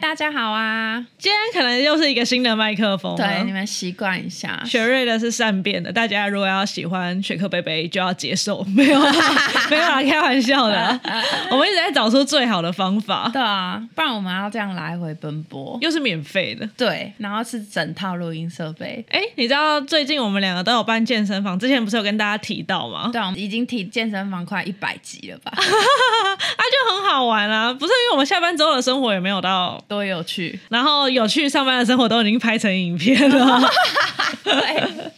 大家好啊！今天可能又是一个新的麦克风。对，你。们习惯一下。雪瑞的是善变的，大家如果要喜欢雪克贝贝，就要接受，没 有啦，啊没有啦，开玩笑的啊。我们一直在找出最好的方法，对啊，不然我们要这样来回奔波。又是免费的。对，然后是整套录音设备。哎、你知道最近我们两个都有办健身房，之前不是有跟大家提到吗？对啊，我们已经提健身房快一百 集了吧？啊，就很好玩啊！不是因为我们下班之后的生活也没有到，多有趣！然后有去上班的生活都已经拍成影片了。 对，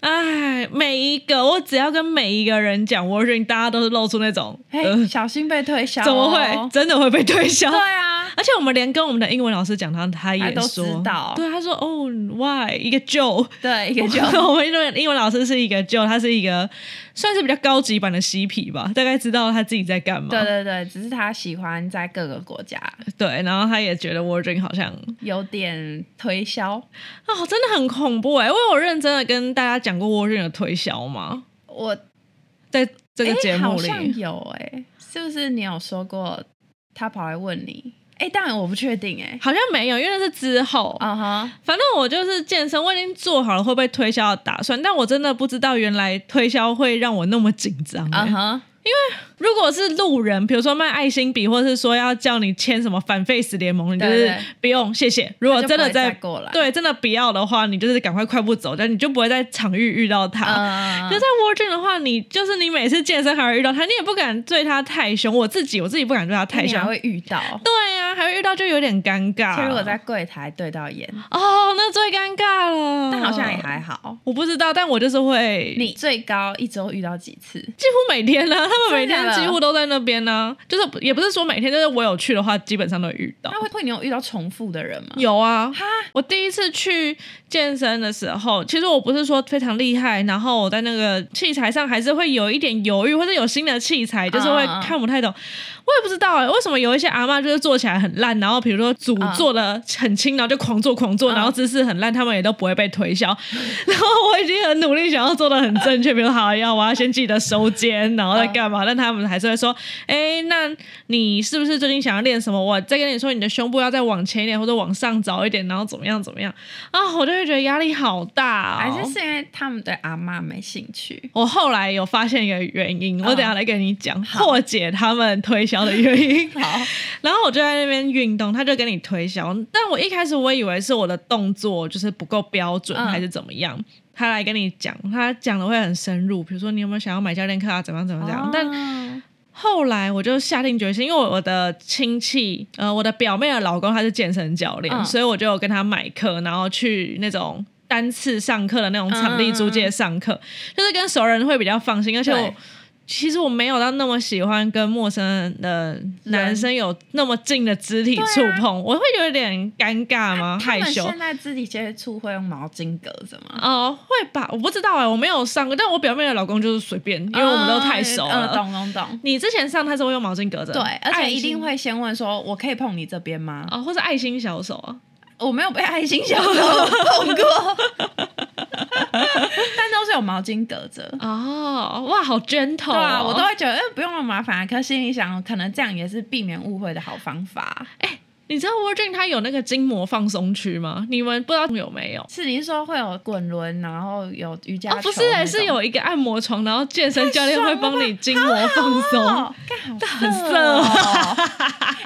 哎，每一个我只要跟每一个人讲 w o r k i n g 大家都是露出那种，哎、呃，小心被推销、哦。怎么会？？真的会被推销？对啊，而且我们连跟我们的英文老师讲他，他也他都说，知道对，他说哦，why 一个 Joe， 对，一个就我们英文英文老师是一个 Joe，他是一个算是比较高级版的嬉皮吧，大概知道他自己在干嘛。对对对，只是他喜欢在各个国家对然后他也觉得 w o r k i n g 好像有点推销。哦，真的很恐怖哎、我有认真的跟大家讲过 w o r k i n g 的推销吗？我在这哎个节目好里，像有哎、是不是你有说过他跑来问你？哎、当然我不确定哎、好像没有，因为那是之后。啊哈，反正我就是健身，我已经做好了会被推销的打算，但我真的不知道原来推销会让我那么紧张、欸。啊哈，如果是路人，比如说卖爱心笔，或是说要叫你签什么反 face 联盟，你就对是对不用谢谢。如果真的再在过来，对真的不要的话，你就是赶快快步走，但你就不会在场域遇到他。嗯，就在 w o r d r 的话，你就是你每次健身还会遇到他，你也不敢对他太凶。我自己我自己不敢对他太哎你凶还，会遇到。 对啊，还会遇到就有点尴尬。其实我在柜台对到眼，哦，那最尴尬了。但好像也还好。我不知道，但我就是会，你最高一周遇到几次？几乎每天呢、他们每真的天假的几乎都在那边呢、就是也不是说每天，就是我有去的话，基本上都会遇到。那会会你有遇到重复的人吗？ 有啊，哈，我第一次去健身的时候，其实我不是说非常厉害，然后我在那个器材上还是会有一点犹豫，或者有新的器材，就是会嗯嗯看不太懂。我也不知道哎、为什么有一些阿嬷就是做起来很烂，然后比如说组嗯做的很轻，然后就狂做狂做，嗯然后姿势很烂，他们也都不会被推销。 然后我已经很努力想要做的很正确，比如好要我要先记得收肩，然嗯后再干嘛，但他们还是会说，哎，那你是不是最近想要练什么？我再跟你说，你的胸部要再往前一点，或者往上找一点，然后怎么样怎么样啊？我就会觉得压力好大、还哦。哎是是因为他们对阿嬷没兴趣？我后来有发现一个原因，我等一下来跟你讲好破解他们推销的原 因。好，然后我就在那边运动，他就跟你推销。但我一开始我以为是我的动作就是不够标准，嗯还是怎么样。他来跟你讲，他讲的会很深入，比如说你有没有想要买教练课啊，怎么样怎么哦样。但但后来我就下定决心，因为我的亲戚，呃，我的表妹的老公他是健身教练，嗯所以我就有跟他买课，然后去那种单次上课的那种场嗯嗯地嗯租借上课，就是跟熟人会比较放心，而且我对。其实我没有到那么喜欢跟陌生的男生有那么近的肢体触碰，我会有点尴尬吗？啊他害们羞？现在肢体接触会用毛巾隔着吗？哦，会吧，我不知道哎、我没有上过，但我表妹的老公就是随便，因为我们都太熟嗯了。懂懂懂。你之前上他是会用毛巾隔着，对，而且爱一心定会先问说：“我可以碰你这边吗啊、或是爱心小手啊，？”我没有被爱 心小手碰过， 但都是有毛巾隔着。哦，哇，好 gentle，、哦、对啊，我都会觉得，嗯，不用那么麻烦啊。可是心里想，可能这样也是避免误会的好方法。你知道 Virgin 它有那个筋膜放松区吗？你们不知道有没有？是你是说会有滚轮，然后有瑜伽球哦那，不种、是、是有一个按摩床，然后健身教练太爽会了吧帮你筋膜放松。哦，干好很色 哦。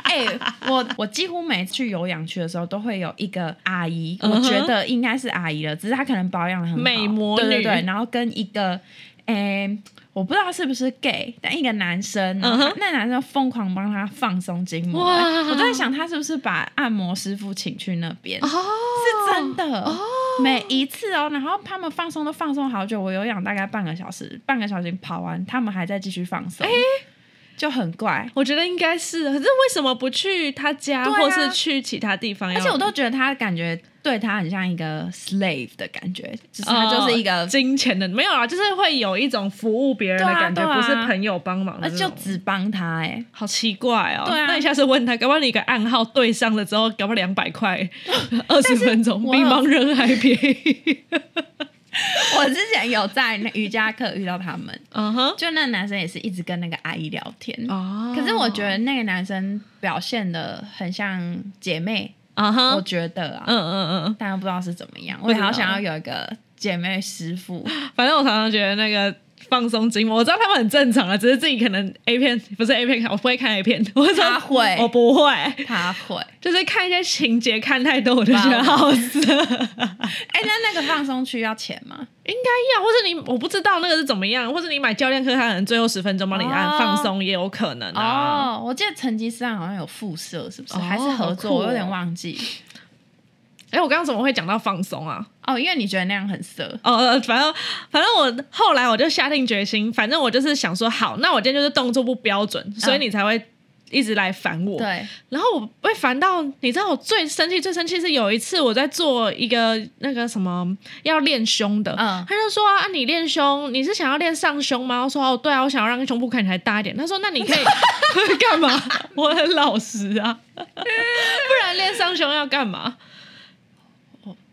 哎、我我几乎每次去有氧区的时候，都会有一个阿姨嗯哼我觉得应该是阿姨了，只是她可能保养的很好，美魔对对女对，然后跟一个，哎、我不知道是不是 gay，但一个男生，然后他嗯哼那男生疯狂帮他放松筋膜，哇哎我在想他是不是把按摩师傅请去那边，哦，是真的每一次哦，然后他们放松都放松好久，我有氧大概半个小时，半个小时跑完，他们还在继续放松，就很怪。我觉得应该是，可是为什么不去他家，对啊或是去其他地方要？而且我都觉得他感觉对他很像一个 slave 的感觉，就是他就是一个哦，金钱的，没有啊，就是会有一种服务别人的对啊感觉，对啊不是朋友帮忙的而那就种。只帮他哎、好奇怪哦！对啊那你下次问他，搞不好你一个暗号对上了之后，搞不好两百块， 二十分钟我比盲人还便 宜。 我之前有在那瑜伽课遇到他们，嗯哼，就那男生也是一直跟那个阿姨聊天，哦可是我觉得那个男生表现的很像姐妹，啊哈，我嗯觉得啊，嗯嗯但不知道是怎么样。不我知道好想要有一个姐妹师 傅，嗯，反正我常常觉得那个。放松筋膜，我知道他们很正常啊，只是自己可能 A 片不是 A 片，我不会看 A 片，我知道他会我不会，他会。就是看一些情节看太多，我就觉得好色。哎、那那个放松区要 钱吗？应该要，或者你我不知道那个是怎么样，或者你买教练课，他可能最后十分钟帮你按哦放松也有可能啊。哦，我记得成吉思汗好像有附设，是不是？哦还是合好作？酷哦我有点忘记。哎、我刚刚怎么会讲到放松啊？哦，因为你觉得那样很色，哦，呃反正反正我后来我就下定决心，反正我就是想说，好，那我今天就是动作不标准，所以你才会一直来烦我。嗯对，然后我被烦到，你知道我最生气、最生气是有一次我在做一个那个什么要练胸的，嗯他就说啊，你练胸，你是想要练上胸吗？我说哦，对啊，我想要让胸部看起来大一点。他说那你可 以 干嘛？我很老实啊，不然练上胸要干嘛？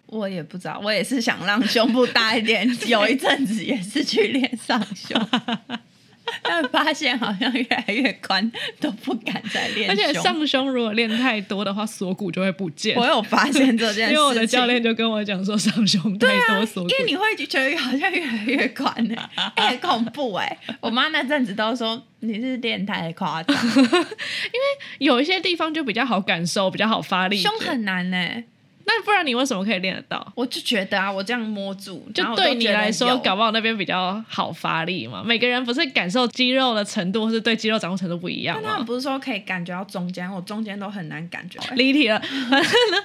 我也不知道，我也是想让胸部大 一点，有一阵子也是去练上胸。但发现好像越来越宽，都不敢再练而且胸上胸如果练太多的话，锁骨就会不见。我有发现这件因事情，为我的教练就跟我讲说，上 胸太多锁骨因为你会觉得好像越来越宽呢、 欸，哎、很恐怖哎、我妈那阵子都说你是练太夸张， 有一些地方就比较好感受，比较好发力一点。胸很难呢、那不然你为什么可以练得到？欸我就觉得啊，我这样摸住，就然后我都对你觉得来说，有搞不好那边比较好发力嘛。每个人不是感受肌肉的程度，或是对肌肉掌握程啊度不一样但他嘛们。不是说可以感觉到中间，我中间都很难感觉、欸。离题了， 反正呢，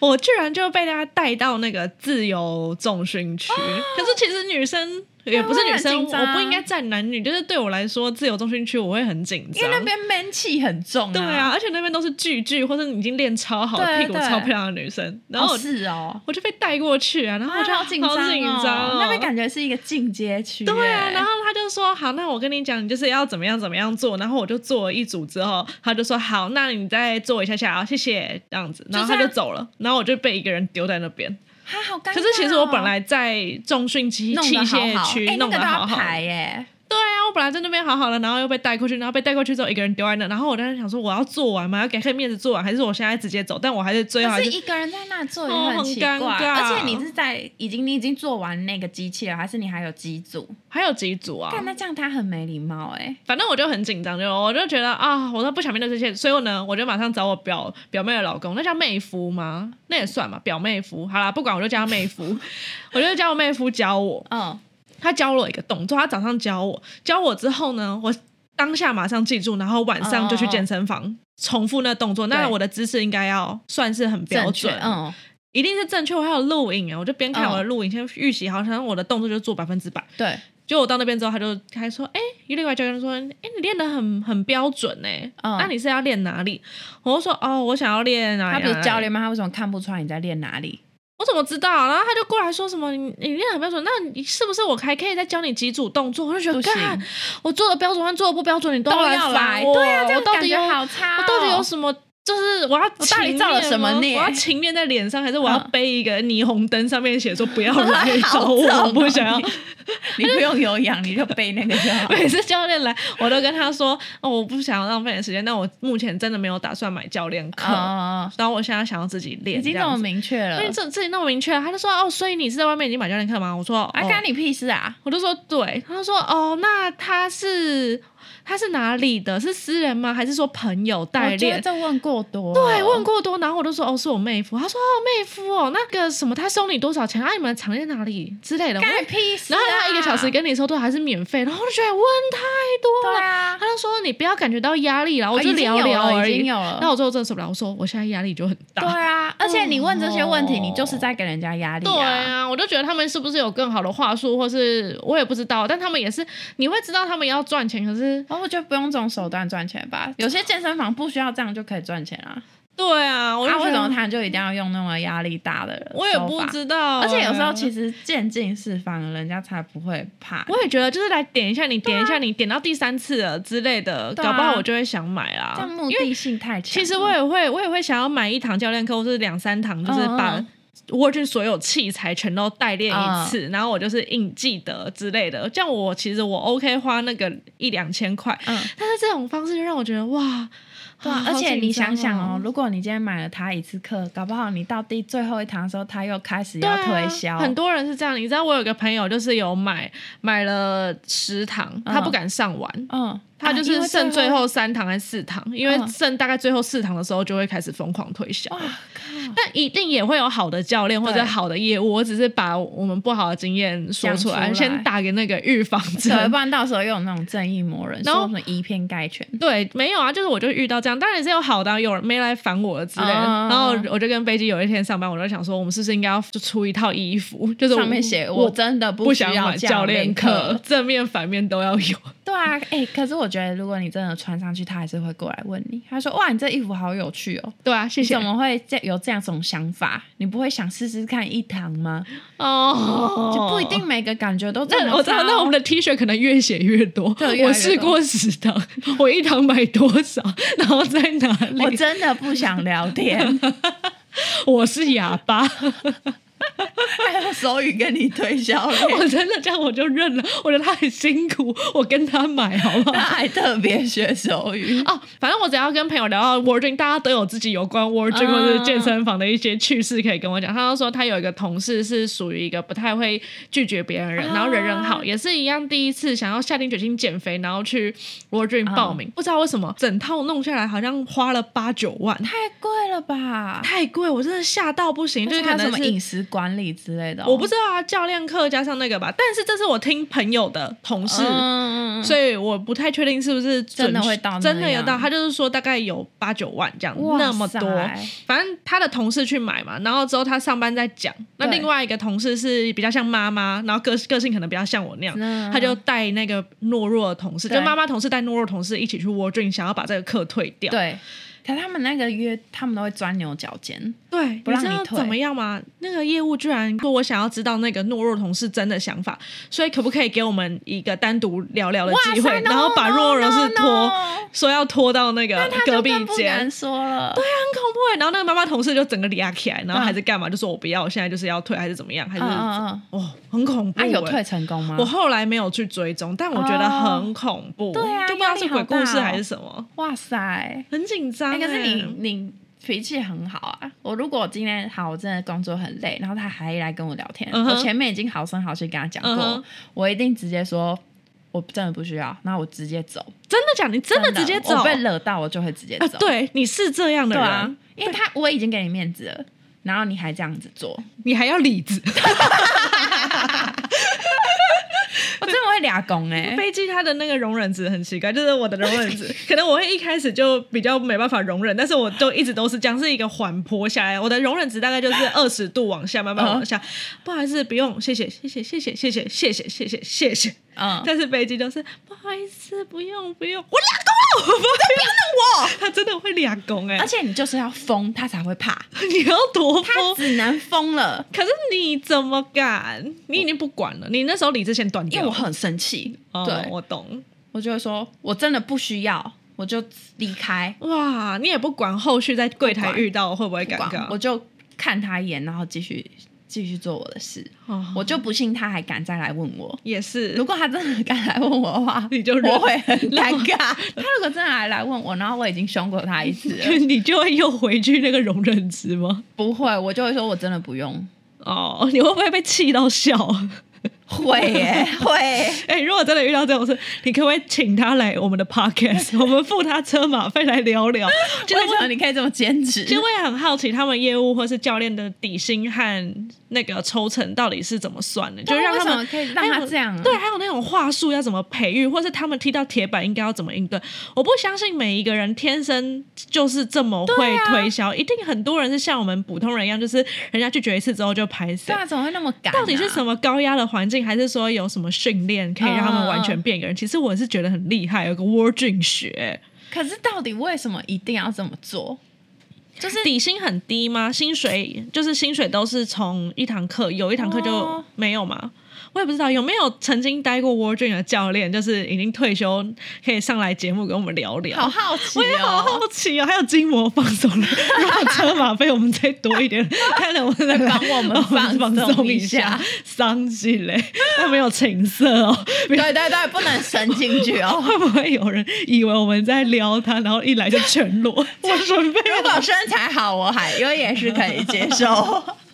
我居然就被他带到那个自由重训区。可是其实女生也不是女会生，很紧张我不应该站男女，就是对我来说，自由重训区我会很紧因张。为那边闷气很重、啊，对啊，，而且那边都是巨巨，或者已经练超好、对屁股对超漂亮的女生，然后哦我就是哦，我就被带过去啊，然后我啊就好紧张、哦，好紧张哦那边感觉是一个进阶区、对啊，欸然后他就说好，那我跟你讲，你就是要怎么样怎么样做。然后我就做了一组之后，他就说好，那你再做一下下，啊，谢谢这样子。然后他就走了，然后我就被一个人丢在那边。啊好尴尬、哦。可是其实我本来在重训器弄器得好械好，区哎弄那得个都好要好的。排欸耶、对啊，我本来在那边好好的，然后又被带过去，然后被带过去之后，一个人丢在那，然后我当时想说，我要做完吗？要给黑面子做完，还是我现在直接走？但我还是最后还可是是一个人在那做也啊哦很奇怪，尴尬而且你是在已经你已经做完那个机器了，还是你还有机组？还有几组啊？但那这样他很没礼貌哎、反正我就很紧张，就我就觉得啊，我都不想面对这些，所以呢，我就马上找我表表妹的老公，那叫妹夫吗？那也算吧，表妹夫。好啦，不管我就叫他妹夫， 我就叫我妹夫教我，嗯，他教了我一个动作，他早上教我，教我之后呢，我当下马上记住，然后晚上就去健身房。重复那动作，那哦对我的姿势应该要算是很标正确，准，嗯，哦一定是正确。我还有录影啊，我就边看我的录影，先预习好，像我的动作就做百分之百。对，结果我到那边之后，他就他说：“哎、另外教练说，哎、你练得很很标准哎、嗯那你是要练哪里？”我就说：“哦，我想要练哪里。”他不是教哪里，练吗？他为什么看不出来你在练哪里？我怎么知道？然后他就过来说什么：“你你练得很标准，那你是不是我还可以再教你几组动作？”我就觉得，不行干，我做的标准和做的不标准，你都都来要烦来，我，对啊，这我样到感底觉有好差、哦，我到底有什么？就是我要我到底情造了面什么吗孽我要情面在脸上，还是我要嗯背一个霓虹灯，上面写说不要 来好找我，重哦我不想要。 你不用有氧，你就背那个就 好。每次教练来，我都跟他说，哦，我不想要浪费你的时间，但我目前真的没有打算买教练课，哦， 然后我现在想要自己练，已经这这么样子。明确了因，为这自己那么明确，他就说哦，所以你是在外面已经买教练课吗？我说啊，哦干你屁事啊！我就说对，他就说哦，那他是他是哪里的？是私人吗？还是说朋友代我觉得练？这问过多，对，问。过多，然后我就说哦，是我妹夫。他说哦，妹夫哦，那个什么，他收你多少钱？啊，你们的场在哪里之类的。我就干你屁事、啊！然后他一个小时跟你收多少还是免费，然后我就觉得问太多了。对啊他就说哦你不要感觉到压力啦，我哦就已经聊有聊了而已已。经有了那我最后真的受不了，我说我现在压力就很大。对啊，而且你问这些问题，哦你就是在给人家压力对啊，我就觉得他们是不是有更好的话术，或是我也不知道，但他们也是，你会知道他们要赚钱，可是然后我觉得不用这种手段赚钱吧，有些健身房不需要这样就可以赚钱啊。对啊，我就啊，觉为得什么他就一定要用那么压力大的人？我也不。知道、啊哎而且有时候实。其实渐进式反而人家才不会怕。我也觉得，就是来点一下你，点一下你，点到第三次了之类的，对搞啊不好我就会想买啊这样啦。目的性太强。其实我也会，我也会想要买一堂教练课，或是两三堂，就是嗯嗯嗯把嗯 Virgin 所有器材全都代练一次，然后我就是硬记得之类的。这样我其实我 OK 花那个一两千块，嗯但是这种方式就让我觉得哇。对啊啊，而且好紧你想想张哦哦，如果你今天买了他一次课，搞不好你到第最后一堂的时候，他又开始对要啊推销，很多人是这样。你知道我有个朋友就是有买买了十堂，他不敢上完，嗯，他就啊因是为剩最后后三堂还是四堂，因为嗯剩大概最后四堂的时候就会开始疯狂推销。哇但一定也会有好的教练或者对好的业务，我只是把我们不好的经验说出来，讲出来先打给那个预防对，针不。然到时候又有那种正义魔人然后说什么以偏概全，对，没有啊，就是我就遇到这样，当然是有好的啊、有人没来烦我了之类的。嗯然后我就跟飞机有一天上班，我就想说，我们是不是应该要就出一套衣服，就是我上面写我我真的不需想要买教练练课，。正面反面都要有。 对啊，哎、可是我觉得如果你真的穿上去，他还是会过来问你，他说哇，你这衣服好有趣哦。对啊，谢你谢怎。么会这有这样种想法？你不会想试试看一堂吗？哦，就不一定。每个感觉都这么那我知道，差那我哦们的 T 恤可能越写越多。对越来越多我试过十堂，我一堂买多少，然后在哪里？ 我真的不想聊 天，我是哑 巴，还有手语跟你推销嘞，我真的这样我就认了。我觉得他很辛苦，我跟他买好不他好？还特别学 手语。哦，反正我只要跟朋友聊到 Wording，大家都有自己有关 Wording 嗯或者是健身房的一些趣事可以跟我讲。他就说他有一个同事是属于一个不太会拒绝别人的人，啊然后人人好，也是一样，第一次想要下定决心减肥，然后去 Wording 嗯报名，不知道为什么整套弄下来好像花了八九 万。太贵了吧？太贵，我真的吓到不行，就是可还有能什么是饮食管理之类的哦、我不知道啊，教练课加上那个吧，但是这是我听朋友的同事，嗯嗯嗯所以我不太确定是不是准真的会到那样真的有到，他就是说大概有八九万这样，哇那么多。塞反正他的同事去买嘛，然后之后他上班在讲，那对另外一个同事是比较像妈妈，然后个个性可能比较像我那样，嗯他就带那个懦弱的同事，对就妈妈同事带懦弱同事一起去 w a r d r e a m 想要把这个课退掉。对。可他们那个约，他们都会钻牛角尖。对，不让知你道退怎么样吗？那个业务居然说我想要知道那个懦弱同事真的想法，所以可不可以给我们一个单独聊聊的机会，哇塞然后 no，把懦弱 no，同事 no，拖 no 说要拖到那个那他隔就壁更不 间，难说了。对啊，很恐怖欸。然后那个妈妈同事就整个嗲起来，然后还是干嘛？就说我不要，我现在就是要退，还是怎么样？还是、嗯嗯嗯哦，很恐怖、欸。啊，有退成功吗我？后来没有去追踪，但我觉得很恐怖，对啊就不知道是压力好鬼故事大哦还是什么，哇塞！很紧张、哎、欸。可是你你脾气很好啊！我如果我今天好，我真的工作很累，然后他还来跟我聊天嗯哼我前面已经好声好气跟他讲过嗯哼我一定直接说。我真的不需要，那我直接走，真的假的？你真的直接走？我被惹到，我就会直接啊走。，对，你是这样的对人，啊，因为他我已经给你面子了，然后你还这样子做，你还要理智。我真的会俩拱哎。 飞机它的那个容忍值很奇怪，就是我的容忍 值，可能我会一开始就比较没办法容忍，但是我就一直都是这样，是一个缓坡下来，我的容忍值大概就是二十度往下，慢慢往嗯下。不好意思，不用，谢谢，谢谢，谢谢，谢谢，谢谢，谢谢，谢谢。嗯，但是飞机就是不好意思，不用，不用，我哦俩攻了，不要弄我，他真的会俩攻哎而，且你就是要疯，他才会怕，你要多啊他疯。只能疯了。可是你怎么敢？你已经不管了，你那时候理智线断因掉为了我。很生气，哦对我懂。我就会说，我真的不需要，我就离开，哇，你也不管后续在柜台遇到会不会不尴管尬？我就看他一眼，然后继续继续做我的事。哦我就不信他还敢再来问我。也是， 如果他真的敢来问我的话，你就忍，我会很尴尬。他如果真的还来问我，然后我已经凶过他一次了你就会又回去那个容忍值吗？不会，我就会说我真的不用。哦，你会不会被气到笑？ 会 耶，会。哎、如果真的遇到这种事，你可不可以请他来我们的 podcast，我们付他车马费来聊 聊？其实为什么我，你可以这么坚持其？实我也很好奇，他们业务或是教练的底薪和那个抽成到底是怎么算的？就对啊让他为什们么可以让他还有这样啊对，还有那种话术要怎么培育，或是他们踢到铁板应该要怎么应对？我不相信每一个人天生就是这么会啊推销，一定很多人是像我们普通人一样，就是人家拒绝一次之后就拍死对。啊，怎么会那么敢啊？到底是什么高压的环境，还是说有什么训练可以让他嗯们完全变一个人？其实我是觉得很厉害，有个 w o r d r i n 学，可是到底为什么一定要这么做？就是底薪很低吗？薪水就是薪水都是从一堂课有一堂课就哦没有吗？我也不知道有没有曾经待过 War Dream 的教练，就是已经退休，可以上来节目跟我们聊聊。好好奇我也好哦，好奇哦，还有筋膜放松了，如果车马费我们再多一 点，看能不能来帮我们帮放放松松一一下下，伤心嘞，那没有情色哦，没有对对对，不能伸进去 哦。 会不会有人以为我们在撩他，然后一来就全 裸？我准备如果身材好，我还我也是可以接受。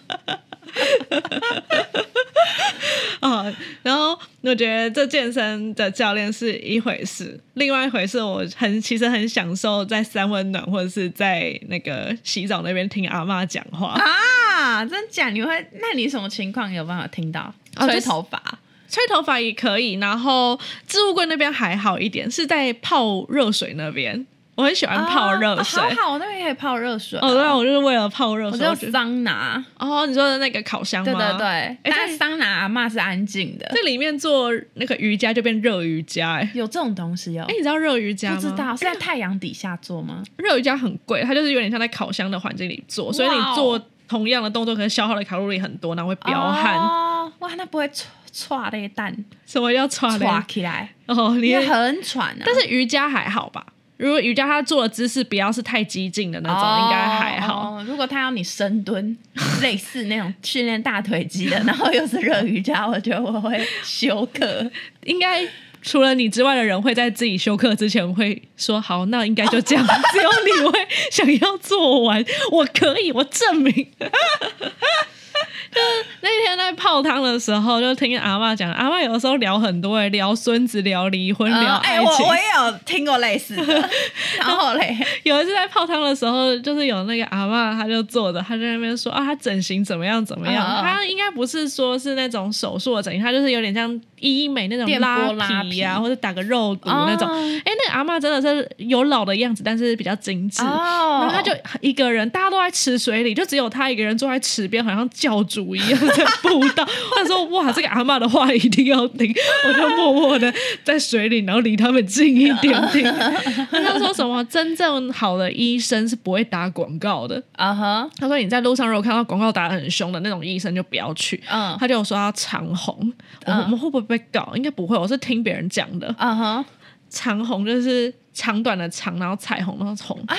啊，然后我觉得这健身的教练是一回事，另外一回事，我很其实很享受在三温暖或者是在那个洗澡那边听阿嬷讲话，啊，真假？你会？那你什么情况有办法听到？哦吹就是头发？吹头发也可以，然后置物柜那边还好一点，是在泡热水那边，我很喜欢泡热水。啊哦好好，我那边可以泡热水。哦，对啊，我就是为了泡热我水，我觉就得桑拿。哦，你说的那个烤箱吗？对对对，哎但桑拿阿嬷是安静的。在里面做那个瑜伽就变热瑜伽、欸，有这种东西哦哎、？你知道热瑜伽吗？不知道是在太阳底下 做吗？热瑜伽很贵，它就是有点像在烤箱的环境里做，所以哇哦你做同样的动作，可能消耗的卡路里很多，然后会飙汗。哦，哇，那不会唰唰的蛋什么叫喘嘞？唰起来，哦，你因也为很喘啊。但是瑜伽还好吧？如果瑜伽它做的姿势不要是太激进的那种，应该还好。哦。如果他要你深蹲， 类似那种训练大腿肌 的，然后又是热瑜伽，我觉得我会休克。应该除了你之外的人会在自己休克之前会说：“好，那应该就这样。”只有你会想要做完，我可以，我证 明。就是那天在泡汤的时候，就听阿嬷讲，阿嬷有的时候聊很多、欸，聊孙子、聊离婚、聊嗯爱我情。我也有听过类 似的，然后嘞，有一次在泡汤的时候，就是有那个阿嬷，她就坐着，她在那边说啊，她整形怎么样怎么样。嗯嗯嗯她应该不是说是那种手术的整形，她就是有点像医美那种电波拉皮皮呀、或者打个肉毒那种。哦哎、那个阿嬷真的是有老的样子，但是比较精致。哦然后她就一个人，大家都在池水里，就只有她一个人坐在池边，好像教主一样在布道。她说：“哇，这个阿嬷的话一定要听。”我就默默的在水里，然后离他们近一点 听。她就说什么：“真正好的医生是不会打广告的。”啊哈，她说：“你在路上如果看到广告打的很凶的那种医生，就不要去。”嗯她就有说她长红，我嗯我们会不会被告？应该不会，我是听别人讲的。啊哈，长红就是长短的长，然后彩虹然后红，啊，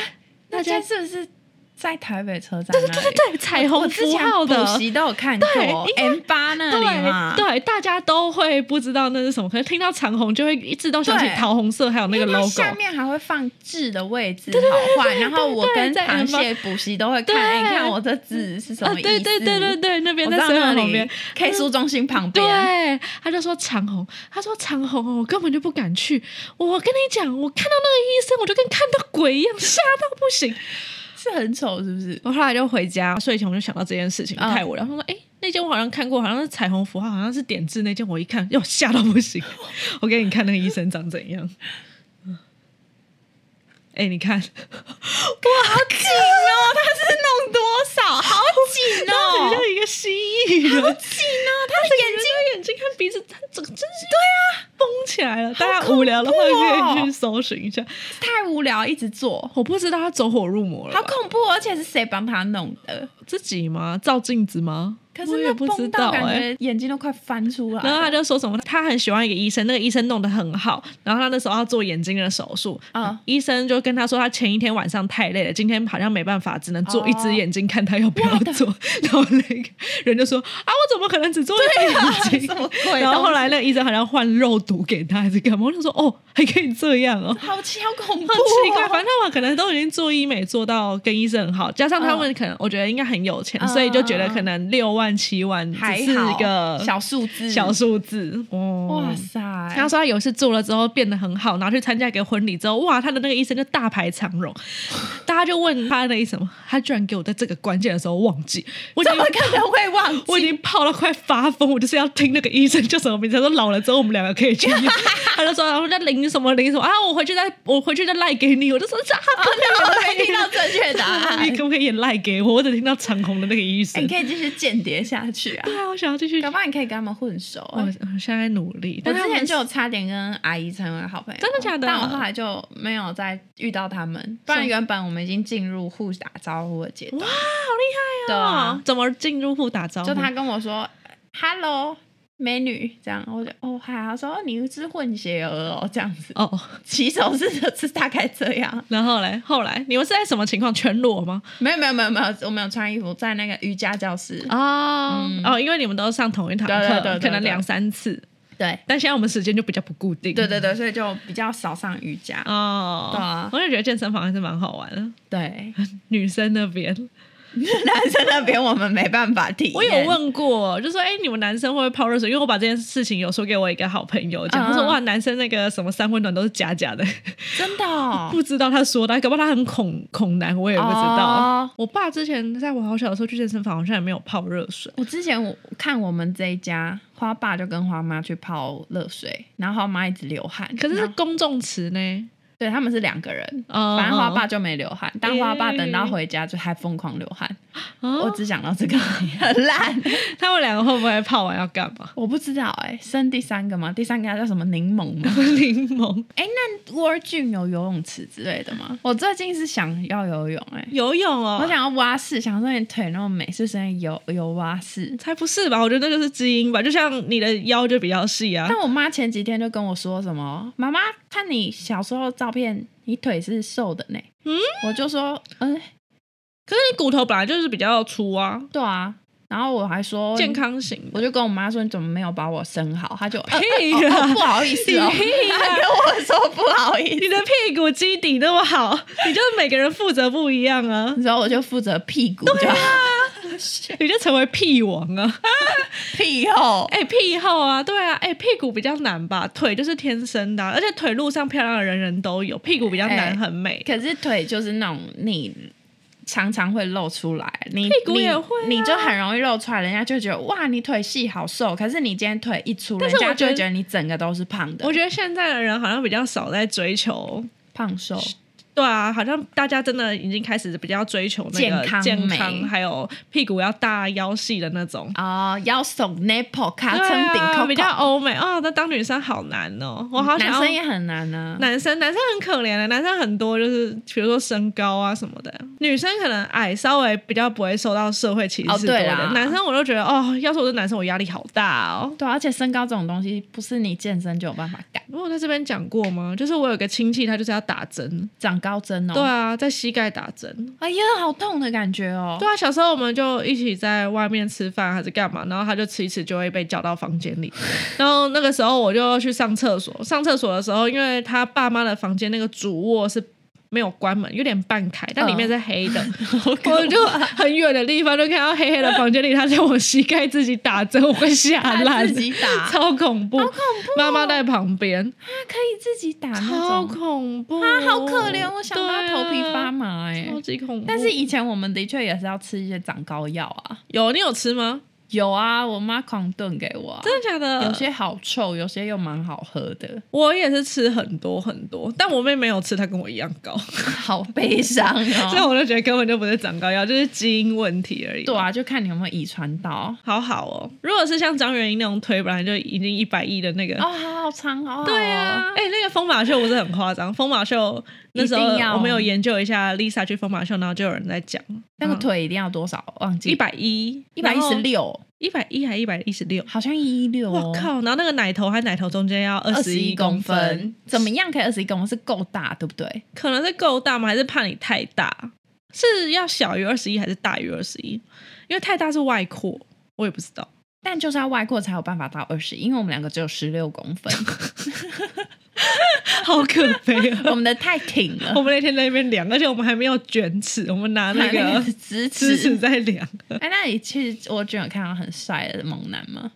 那大家家是不是在台北车站那里？对对对对，彩我虹之符前号的补。习都有看对过应 M 八那里嘛，对对，大家都会不知道那是什么，可是听到长红就会一自动想起对桃红色，还有那个因为它 logo。下面还会放字的位置好坏，然后我对跟在螃 M8 蟹补习都会看，对哎，你看我这字是什啊么，意思？对对对对对，那边我在知道水那管旁里边。 K 书中心旁边，对，他就说长虹，他说长虹哦，我根本就不敢去。我跟你讲，我看到那个医生，我就跟看到鬼一样，吓到不行。是很丑是不 是？我后来就回家，睡前我就想到这件事情，嗯太无聊。他说：“哎、那间我好像看过，好像是彩虹符号，好像是点痣那间。”我一看，哟，吓到不行。我给你看那个医生长怎样。哎、你看，好紧哦，它是弄多少？好 紧他很哦，像一个蜥蜴人，紧哦，它的眼睛眼睛看鼻子，他整个真是对啊，绷起来了。大家无聊的话恐怖可哦以去搜寻一下。太无聊，一直做，我不知道他走火入魔了吧，好恐怖，哦而且是谁帮他弄的？自己吗？照镜子吗？可我是也那不知崩道到哎、感觉眼睛都快翻出来然后他了。就说什么，他很喜欢一个医生，那个医生弄得很好。然后他那时候要做眼睛的手术，嗯医生就跟他说，他前一天晚上太累了，今天好像没办法，只能做一哦只眼睛，看他要不要做。然后那个人就说啊，我怎么可能只做啊一只眼睛？什么鬼然后后来东那个医生好像换肉毒给他还是干嘛？我就说哦，还可以这样 哦。好奇，好恐怖、很哦，奇怪，反正他们可能都已经做医美做到跟医生很好，加上他们可能、我觉得应该很有钱，嗯所以就觉得可能六万七万只还是一好个小数字，小数字。哦哇塞，他说他有一次做了之后变得很好，然后去参加一个婚礼之后，哇，他的那个医生就大排长 龙，大家就问他的意思什么，他居然给我在这个关键的时候忘记，我已怎经么可能会忘记？ 我已经泡到快发疯，我就是要听那个医生叫什么名字。他说老了之后我们两个可以去医 院，他就说然后在领什么领什么啊，我回去再我回去再赖给你，我就说这啊那我没听到正确答案 你。可不可以也赖给我？我只听到长虹的那个医哎生你。可以继续间谍下去啊 对！啊，我想要继续搞。不好你可以跟他们混熟、我我现在努力，我啊但是之他前们就有差点跟阿姨成为好朋友，真的假的但我后来就没有再遇到他们，不然原本我们已经进入互打招呼的阶段。哇，好厉害对哦！啊，怎么进入户打招呼？就他跟我说 “hello”，美女这样，我就哦嗨，他说哦你是混血儿哦这样子，哦，起手式是大概这样，然后嘞，后来你们是在什么情况？全裸吗？没有没有没有没有，我没有穿衣服，在那个瑜伽教室，哦、哦，因为你们都上同一堂课，对对对对可能两三次，对但现在我们时间就比较不固定。对对对，所以就比较少上瑜伽，哦，对啊我就觉得健身房还是蛮好玩的。对，女生那边，男生那边我们没办法体验，我有问过，就说哎、诶你们男生会不会泡热水？因为我把这件事情有说给我一个好朋友讲，嗯他说嗯哇，男生那个什么三温暖都是假假的，真的、哦，不知道他说的，搞不好他很恐恐男，我也不知道。哦我爸之前在我好小的时候去健身房，好像也没有泡热水。我之前我看我们这一家花爸就跟花妈去泡热水，然后花妈一直流汗，可是是然后公众池呢，对他们是两个人。哦嗯反正花爸就没流汗，但花爸等到回家就还疯狂流汗。哦我只想到这个很烂，他们两个会不会泡完要干嘛？ 我不知道哎、生第三个吗？第三个叫什么柠檬吗？柠檬哎、那 w o r d g y m 有游泳池之类的吗？我最近是想要游泳哎、游泳哦，我想要蛙式，想说你腿那么美，是不是游游蛙 式？才不是吧？我觉得那就是基因吧，就像你的腰就比较细啊但。我妈前几天就跟我说什么，妈妈看你小时候的照片，你腿是瘦的呢。嗯，我就说，嗯，可是你骨头本来就是比较粗啊，对啊。然后我还说健，康型的。我就跟我妈说，你怎么没有把我生好？她 就呃屁呃哦啦 哦不好意思哦，屁啦她跟我说不好意思， 你的屁股基底那么好，你就是每个人负责不一样 啊，然后我就负责屁股就好， 你就成为屁王啊！屁后。哎、屁后啊，对啊，哎、屁股比较难吧，腿就是天生的啊、而且腿路上漂亮的人人都有，屁股比较难，哎很美。可是腿就是那种你常常会露出来，你屁股也会啊你，你就很容易露出来，人家就觉得哇，你腿细好瘦。可是你今天腿一粗，但人是我家就会觉得觉得你整个都是胖的，我觉得现在的人好像比较少在追求，胖瘦。对啊，好像大家真的已经开始比较追求那个健康健美康，还有屁股要大腰细的那种。哦，腰耸 nipple 卡对撑顶啊，扣比较欧美哦，那当女生好难哦，我好想男要生也很难呢、啊。男生男生很可怜的，男生很多就是比如说身高啊什么的，女生可能矮稍微比较不会受到社会歧哦视多一对点，啦男生我就觉得哦，要是我是男生，我压力好大哦。对啊，而且身高这种东西不是你健身就有办法改，我有在这边讲过吗？就是我有个亲戚，他就是要打针，长高针哦。对，啊，在膝盖打针。哎呀，好痛的感觉哦。对啊，小时候我们就一起在外面吃饭还是干嘛，然后他就吃一吃就会被叫到房间 里，然后那个时候我就去上厕所，上厕所的时候，因为他爸妈的房间那个主卧是。没有关门，有点半开，但里面嗯是黑 的。我就很远的地方就看到黑黑的房间里，他在我膝盖自己打针，我会吓他烂，自己打，他啊 超恐怖。怖妈妈在旁边，可以自己打那超种，恐怖。啊，好可怜，我想到对啊头皮发麻哎、超级恐怖。但是以前我们的确也是要吃一些长高药啊，有你有吃吗？有啊，我妈狂炖给我、啊，真的假的？有些好臭，有些又蛮好 喝的，我也是吃很多很多，但我妹没有吃，她跟我一样高，哦好悲伤 所以哦。我就觉得根本就不是长高药，就是基因问题而已。对，啊，就看你有没有遗传到。好好哦。如果是像张元英那种腿本来就已经一百一的那个，哦，好好长，好好、哦。对啊，，哎、那个疯马秀不是很夸张？疯马秀那时候一定要我们有研究一下 Lisa 去疯马秀，然后就有人在讲那个腿一定要多少？忘记嗯一百一、一百一十、六，哦一百一还一百一十六。好像一一六。我！靠！然后那个奶头和奶头中间要二二十十一一公公分分，，怎么样可以二十一公分？是够大，对不对？可能是够大吗？还是怕你太大？是要小于二十一还是大于二十一？因为太大是外扩，我也不知道。 但就是要外扩才有办法到二十，因为我们两个只有十六公 分，好可悲啊！我们的太挺 了我。们那天在那边量，而且我们还没有卷尺，我们拿那还有个是 直尺尺尺在量， 哎，那你去蜗居有看到很帅的猛男吗？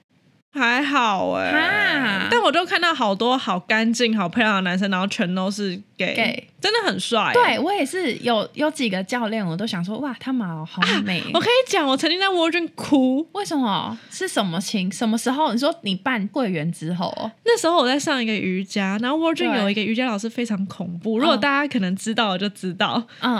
还好哎、哈但我就看到好多好干净、好漂亮的男生，然后全都是 gay，, Gay 真的很帅、欸对我也是有有几个教练，我都想说哇，他们好好美。哦我可以讲，我曾经在 Virgin 哭， 为什么？是什么情？什么时候？你说你办会员之后哦，那时候我在上一个瑜伽，然后 Virgin 对有一个瑜伽老师非常恐怖，如果嗯大家可能知道就知道，嗯，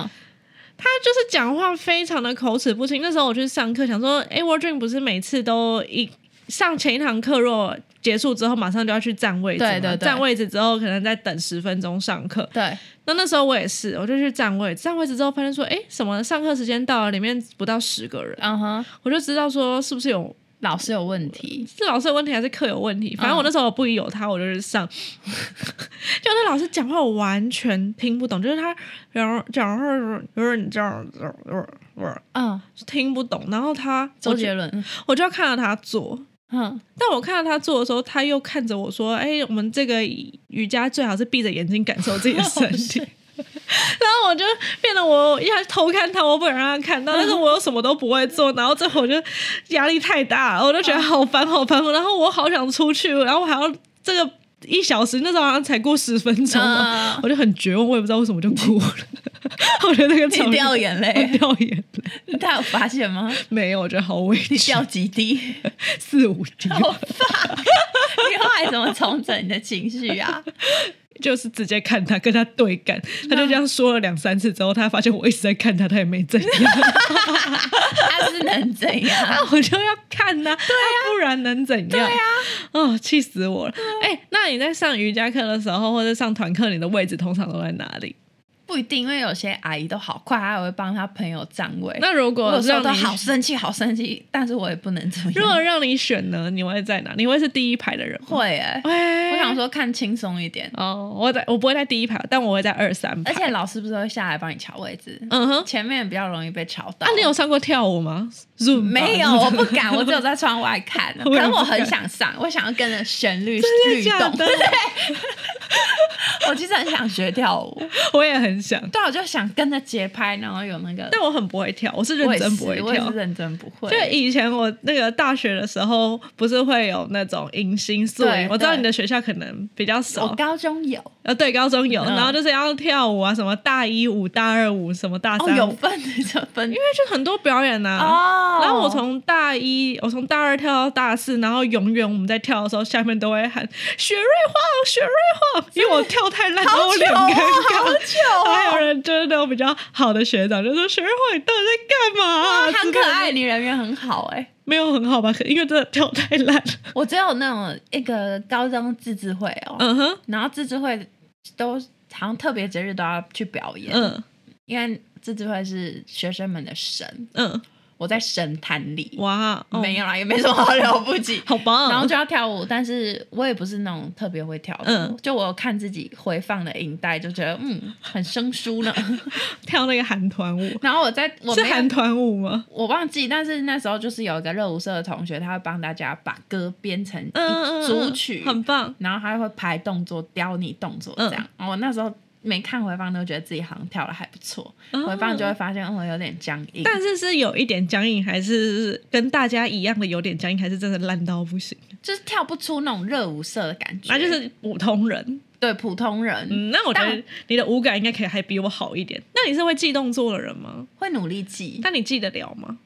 他就是讲话非常的口齿不清。那时候我去上课，想说，哎、w a r d r e a m 不是每次都一上前一堂课，如果结束之后马上就要去占位置嘛，对对对占位置之后可能再等十分钟上课。对，那那时候我也是，我就去占位，占位置之后发现说，哎、什么上课时间到了，里面不到十个人，嗯哼，我就知道说是不是有老师有问题，是老师有问题还是课有问嗯题？反正我那时候不疑有他，我就是上。就那老师讲话我完全听不懂，就是他讲讲话就是你这样这样这样，嗯，听不懂。然后他周杰伦，我就要看着他做，嗯，但我看到他做的时候，他又看着我说：“哎、我们这个瑜伽最好是闭着眼睛感受自己的身 体。”哦 然后我就变得我要偷看他，我不能让他看 到，但是我又什么都不会做，然后最后我就压力太大，我就觉得好烦好烦，然后我好想出去，然后我还要这个一小时，那时候好像才过十分钟嘛，嗯我就很绝望，我也不知道为什么就哭了， 我觉得那个场 你面掉眼 泪，掉眼泪，他有发现吗？没有，我觉得好委你屈，掉几滴？ 四五滴，好烦！你后来怎么重整你的情绪啊？ 就是直接看他，跟他对干，他就这样说了两三次之后，他发现我一直在看他，他也没怎 样，他是能怎样？ 那我就要看呐、对啊呀、不然能怎样？对呀、哦，气死我了！啊哎、那你在上瑜伽课的时候，或者上团课，你的位置通常都在哪里？不一定，因为有些阿姨都好快，她还会帮她朋友占位。那如我果有时候啊让都你好生气，好生气，但是我也不能怎么如样。果让你选呢，你会在哪？你会是第一排的人吗？会哎、哎我想说看轻松一点，哦，我在我不会在第一排，但我会在二三排。而且老师不是会下来帮你瞧位置，嗯哼，前面比较容易被瞧到。啊，你有上过跳舞吗？Zoom 没有，我不敢，我只有在窗外看。 我也不敢可是我很想上，我想要跟着旋律 真律的假动。的？我其实很想学跳舞，我也很想。对，我就想跟着节拍，然后有那个。但我很不会跳，我是我认也真是不会我也跳是。认真不会。就以前我那个大学的时候，不是会有那种迎新宿对营？我知道对你的学校可能比较少我，高中有呃，对，高中有，嗯然后就是要跳舞啊，什么大一舞、大二舞，什么大哦，三有舞，分有分，因为因为就很多表演呐、啊。哦，然后我从大一，我从大二跳到大四，然后永远我们在跳的时候，下面都会喊“雪瑞晃，雪瑞晃”，因为我跳太烂，然后我脸好尴久哦尬。好久哦还有人就是那种比较好的学长就说：“雪瑞晃，你到底在干嘛、啊？”他很之类可的爱，你人缘很好哎、没有很好吧？可因为真的跳太烂了。我只有那种一个高中自治会哦，嗯哼，然后自治会都好像特别节日都要去表演，嗯因为自治会是学生们的神，嗯，我在神坛里，哇，哦嗯没有啦，也没什么好了不 起。好棒。然后就要跳舞，但是我也不是那种特别会跳舞，嗯就我有看自己回放的影带，就觉得嗯很生疏 呢。跳那个韩团舞，然后我在我是没有韩团舞吗？我忘记，但是那时候就是有一个热舞社的同学，他会帮大家把歌编成嗯嗯一嗯，组曲，很棒。然后他会排动作，教你动作这样。嗯我、那时候没看回放，都觉得自己好像跳的还不错，哦回放就会发现嗯我有点僵硬。但是是有一点僵硬，还是跟大家一样的有点僵硬，还是真的烂到不行？就是跳不出那种热舞社的感觉，那就是普通人。对普通人、嗯，那我觉得但你的舞感应该可以还比我好一点。那你是会记动作的人吗？会努力记。但你记得了吗？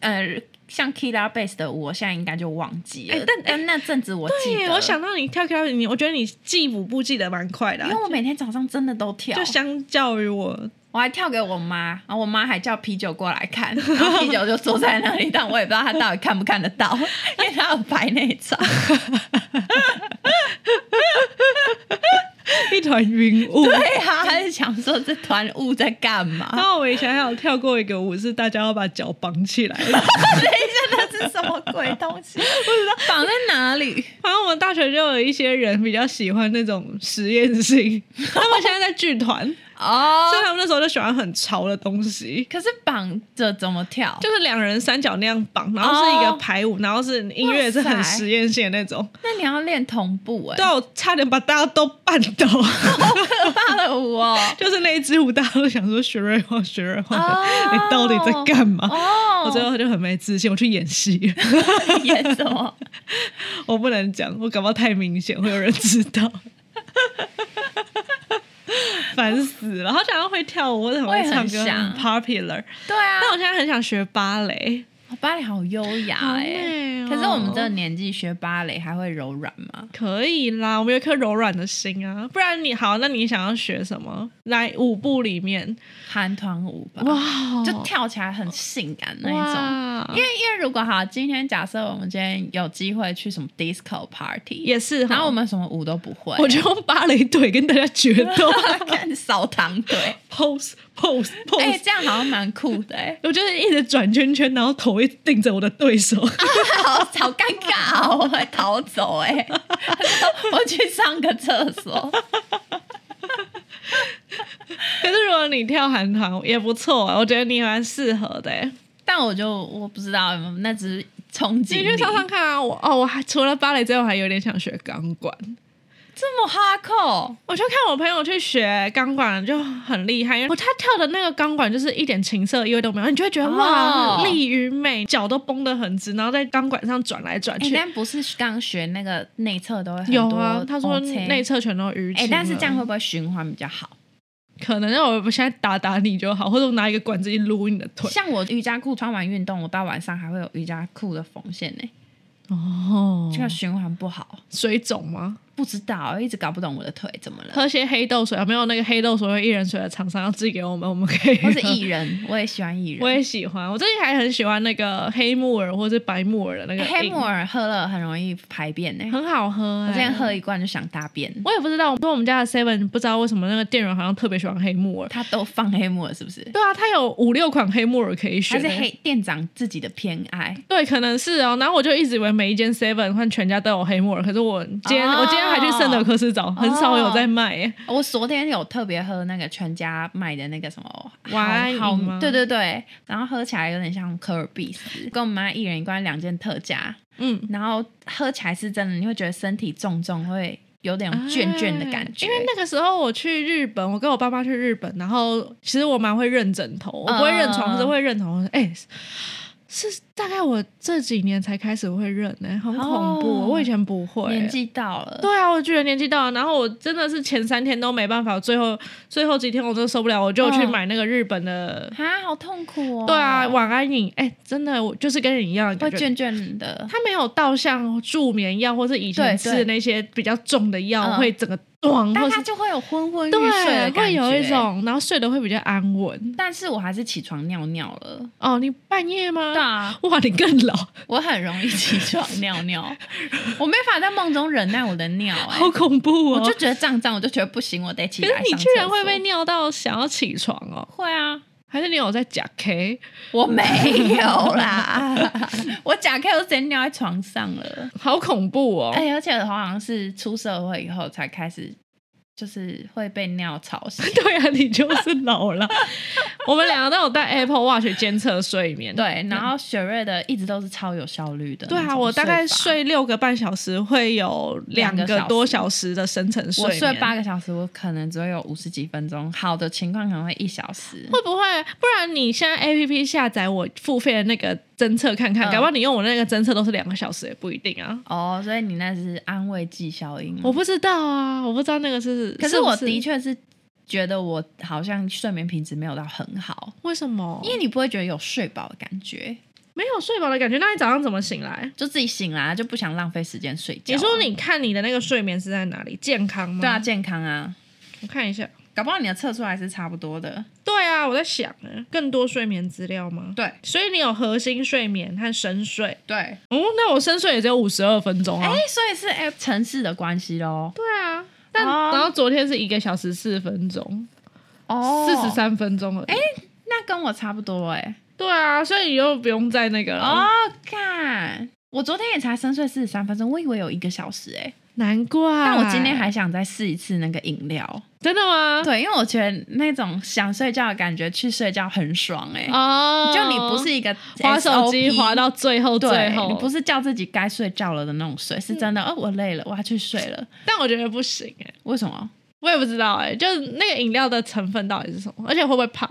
呃，像 Kira Bass 的舞，我现在应该就忘记了，哎但哎但那阵子我记对，得，哎我想到你跳 K，你我觉得你记舞步记得蛮快的啊、因为我每天早上真的都跳，就相较于我 我还跳给我妈，然后我妈还叫啤酒过来看，然后啤酒就坐在那里，但我也不知道她到底看不看得 到，因为她有白内障。一团云雾。对啊，她是想说这团雾在干然 嘛？后我以前还有跳过一个舞，是大家要把脚绑起来。等一下，那哎是什么鬼东西？不知道 绑在哪里。反正我们大学就有一些人比较喜欢那种实验性，他们现在在剧团，所 哦以他们那时候就喜欢很潮的东西，可是绑着怎么跳？就是两人三角那样绑，然后是一个哦排舞，然后是音乐是很哇塞实验性的那种。那你要练同步哎、对啊，我差点把大家都绊倒，可怕的舞哦。 就是那一支舞，大家都想说学瑞花，学瑞花，哦你到底在干嘛？ 哦，我最后就很没自信，我去演戏， 演什么？我不能讲，我感冒太明显，会有人知道。 烦死了！好想要会跳舞，我很会唱歌我也很想，popular。对 啊但，我现在很想学芭蕾，芭蕾好优雅好哎、美哦可是我们这个年纪学芭蕾还会柔软吗？可以啦，我们有一颗柔软的心啊。不然你好，那你想要学什么？来舞步里面，韩团舞吧，哇就跳起来很性感那一种。哇，因为因为如果哈，今天假设我们今天有机会去什么 disco party，也是哈。然后我们什么舞都不会，我就用芭蕾腿跟大家决斗 看扫堂腿， ，pose pose 哎、 pose， 这样好像蛮酷的哎、我就是一直转圈圈，然后头我一直盯着我的对手， 好好尴尬哦，我会逃走哎、 我去上个厕所。可是如果你跳韩团也不错、啊，我觉得你蛮适合的、欸。但我就我不知道，那只是憧憬你去力。唱唱看啊！我哦，我还除了芭蕾之外，我还有点想学钢管。这么哈扣，我就看我朋友去学钢管就很厉害，因为他跳的那个钢管就是一点情色意味都没有，你就会觉得哇哦，力与美，脚都绷得很直，然后在钢管上转来转哎、去。但不是刚学那个内侧都会很有多哦啊，他说 OK 内侧全都淤青了。哎、但是这样会不会循环比较好？可能让我现在打打你就好，或者我拿一个管子一撸你的腿。像我瑜伽裤穿完运动，我到晚上还会有瑜伽裤的缝线呢、哦，这个循环不好，水肿吗？不知道，一直搞不懂我的腿怎么了。喝些黑豆水啊，没有那个黑豆水或薏仁水的厂商要寄给我们，我们可以喝。或是艺人，我也喜欢艺人。 我也喜欢，我最近还很喜欢那个黑木耳或是白木耳的那个欸黑饮木耳喝了很容易排便呢、很好喝、欸。我之前喝一罐就想大便。我也不知道，我说我们家的 Seven 不知道为什么那个店员好像特别喜欢黑木耳。他都放黑木耳是不是？对啊，他有五六款黑木耳可以还选、是欸。黑店长自己的偏爱？对，可能是哦。然后我就一直以为每一间 Seven 和全家都有黑木耳，可是我今天、哦我今天还去圣德克斯找，很少有在卖欸耶。我昨天有特别喝那个全家卖的那个什么晚安好饮吗对对对，然后喝起来有点像可尔必斯，跟我们妈一人一罐两件特价，嗯，然后喝起来是真的，你会觉得身体重重，会有点倦倦嗯的感觉。哎因为那个时候我去日本，我跟我爸妈去日本，然后其实我蛮会认枕头，我不会认床，嗯可是会认床。我说哎、是大概我这几年才开始会认呢、很恐怖。哦我以前不会、年纪到了，对啊，我觉得年纪到了，然后我真的是前三天都没办法，最后最后几天我真的受不了，我就去嗯买那个日本的，啊，好痛苦哦。对啊，晚安饮，哎、真的我就是跟你一样的会感觉。倦倦的。它没有到像助眠药或是以前对吃对的那些比较重的药嗯会整个断，但或它是就会有昏昏欲睡对的感觉，会有一。种，然后睡得会比较安稳。但是我还是起床尿尿了。哦，你半夜吗？对啊，哇，你更老，我很容易起床尿尿， 我没法在梦中忍耐我的尿、哎好恐怖哦！我就觉得胀胀，我就觉得不行，我得起可是来上你厕所。居然会被尿到想要起床哦，会啊？还是你有在假 K？我没有啦， 我假 K 我直接尿在床上了。好恐怖哦！。哎、而且我好像是出社会以后才开始，就是会被尿吵醒 对啊，你就是老 了。我们两个都有戴 Apple Watch 监测睡眠。对，然后雪瑞的一直都是超有效率的。对啊，我大概，睡六个半小时，会有两个多小时的深层睡我眠。睡八个小时，我可能只会有五十几分钟，好的情况可能会一小时。会不会？不然你现在 A P P 下载我付费的那个侦测看看，嗯搞不好你用我那个侦测都是两个小时也不一定啊。哦，所以你那是安慰剂效应吗。我不知道啊，我不知道那个是。可是是我不是的确是觉得我好像睡眠品质没有到很好，为什么？因为你不会觉得有睡饱的感觉，没有睡饱的感觉，那你早上怎么醒来？就自己醒来就不想浪费时间睡觉啊。你说嗯你看你的那个睡眠是在哪里？健康吗？对啊，，健康啊，我看一下。搞不好你的测出来是差不多的。对啊，我在想，欸更多睡眠资料吗？对所以你有核心睡眠和深睡对，哎、哦，那我深睡也只有五十二分钟啊。所以是 App 城市的关系喽。对啊，但、哦然后昨天是一个小时四分钟，哦四十，三分钟而已。那跟我差不多哎、对啊，所以你又不用再那个了。哦，看。我昨天也才深睡四十三分钟，我以为有一个小时哎、难怪。但我今天还想再试一次那个饮料，真的吗？对，因为我觉得那种想睡觉的感觉去睡觉很爽哎、哦，就你不是一个滑手机 SOP 滑到最后最对，后，嗯你不是叫自己该睡觉了的那种睡，是真的。哦，我累了，我要去睡了。但我觉得不行哎、为什么？我也不知道哎、就是那个饮料的成分到底是什么，而且会不会胖？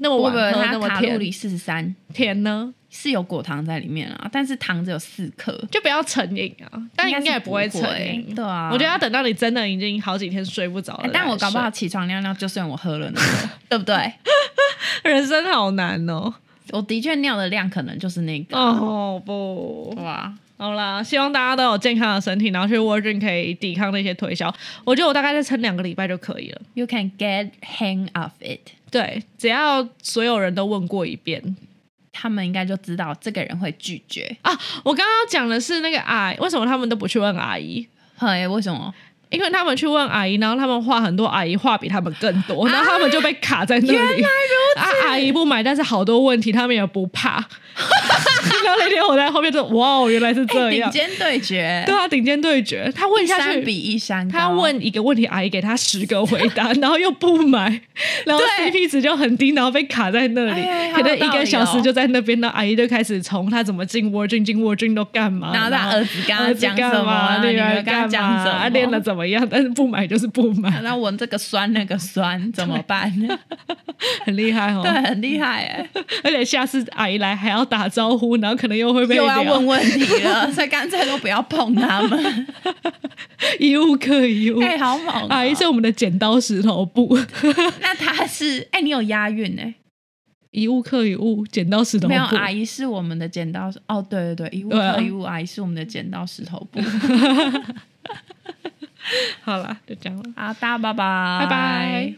那么我晚以为喝它那么卡路甜里四十三甜呢？是有果糖在里面啊，但是糖只有四克，就不要成瘾啊，但应该也是不不会成瘾。对啊，我觉得要等到你真的已经好几天睡不着了再哎。来但我搞不好睡，起床尿尿，就算我喝了那个，对 不对？人生好难哦。我的确尿的量可能就是那个。哦不，哇，好啦，希望大家都有健康的身体，然后去 Virgin 可以抵抗那些推销。我觉得我大概再撑两个礼拜就可以了。 You can get hang of it。对，只要所有人都问过一遍他们应该就知道这个人会拒绝。啊！我刚刚讲的是那个阿姨，为什么他们都不去问阿姨？嘿，为什么？因为他们去问阿姨，然后他们话很多，阿姨话比他们更多，然后他们就被卡在那里。原来如此，啊、阿姨不买，但是好多问题他们也不怕。 然后那天我在后面就哇哦，原来是这哎顶样。尖对决，对啊，顶尖对决，他问下三去，比一三高，他问一个问题，阿姨给他十个回 答，然后又不买，然后对 CP 值就很低，然后被卡在那里，哎好可能有一道个理小时哦就在那边，那阿姨就开始从他怎么进窝进进窝进都干嘛，然后他儿子跟他儿子讲干什么嘛啊女女儿儿跟他干讲嘛什啊么练的怎么样，但是不买就是不买， 然后闻这个酸那个酸怎么办？ 很厉害哦。对，很厉害哎、而且下次阿姨来还要打招呼，然后可能又会被又要聊问问题了，所以干脆都不要碰 他们。一物克啊一物。哎、好猛哦、阿姨是我们的剪刀石头 布，那他是哎、你有押韵哎、一物克一物，剪刀石头布。没有，阿姨是我们的剪刀石哦，对对对，一物对啊克一物，阿姨是我们的剪刀石头布。好啦，就这样了。好，大家拜拜，拜拜。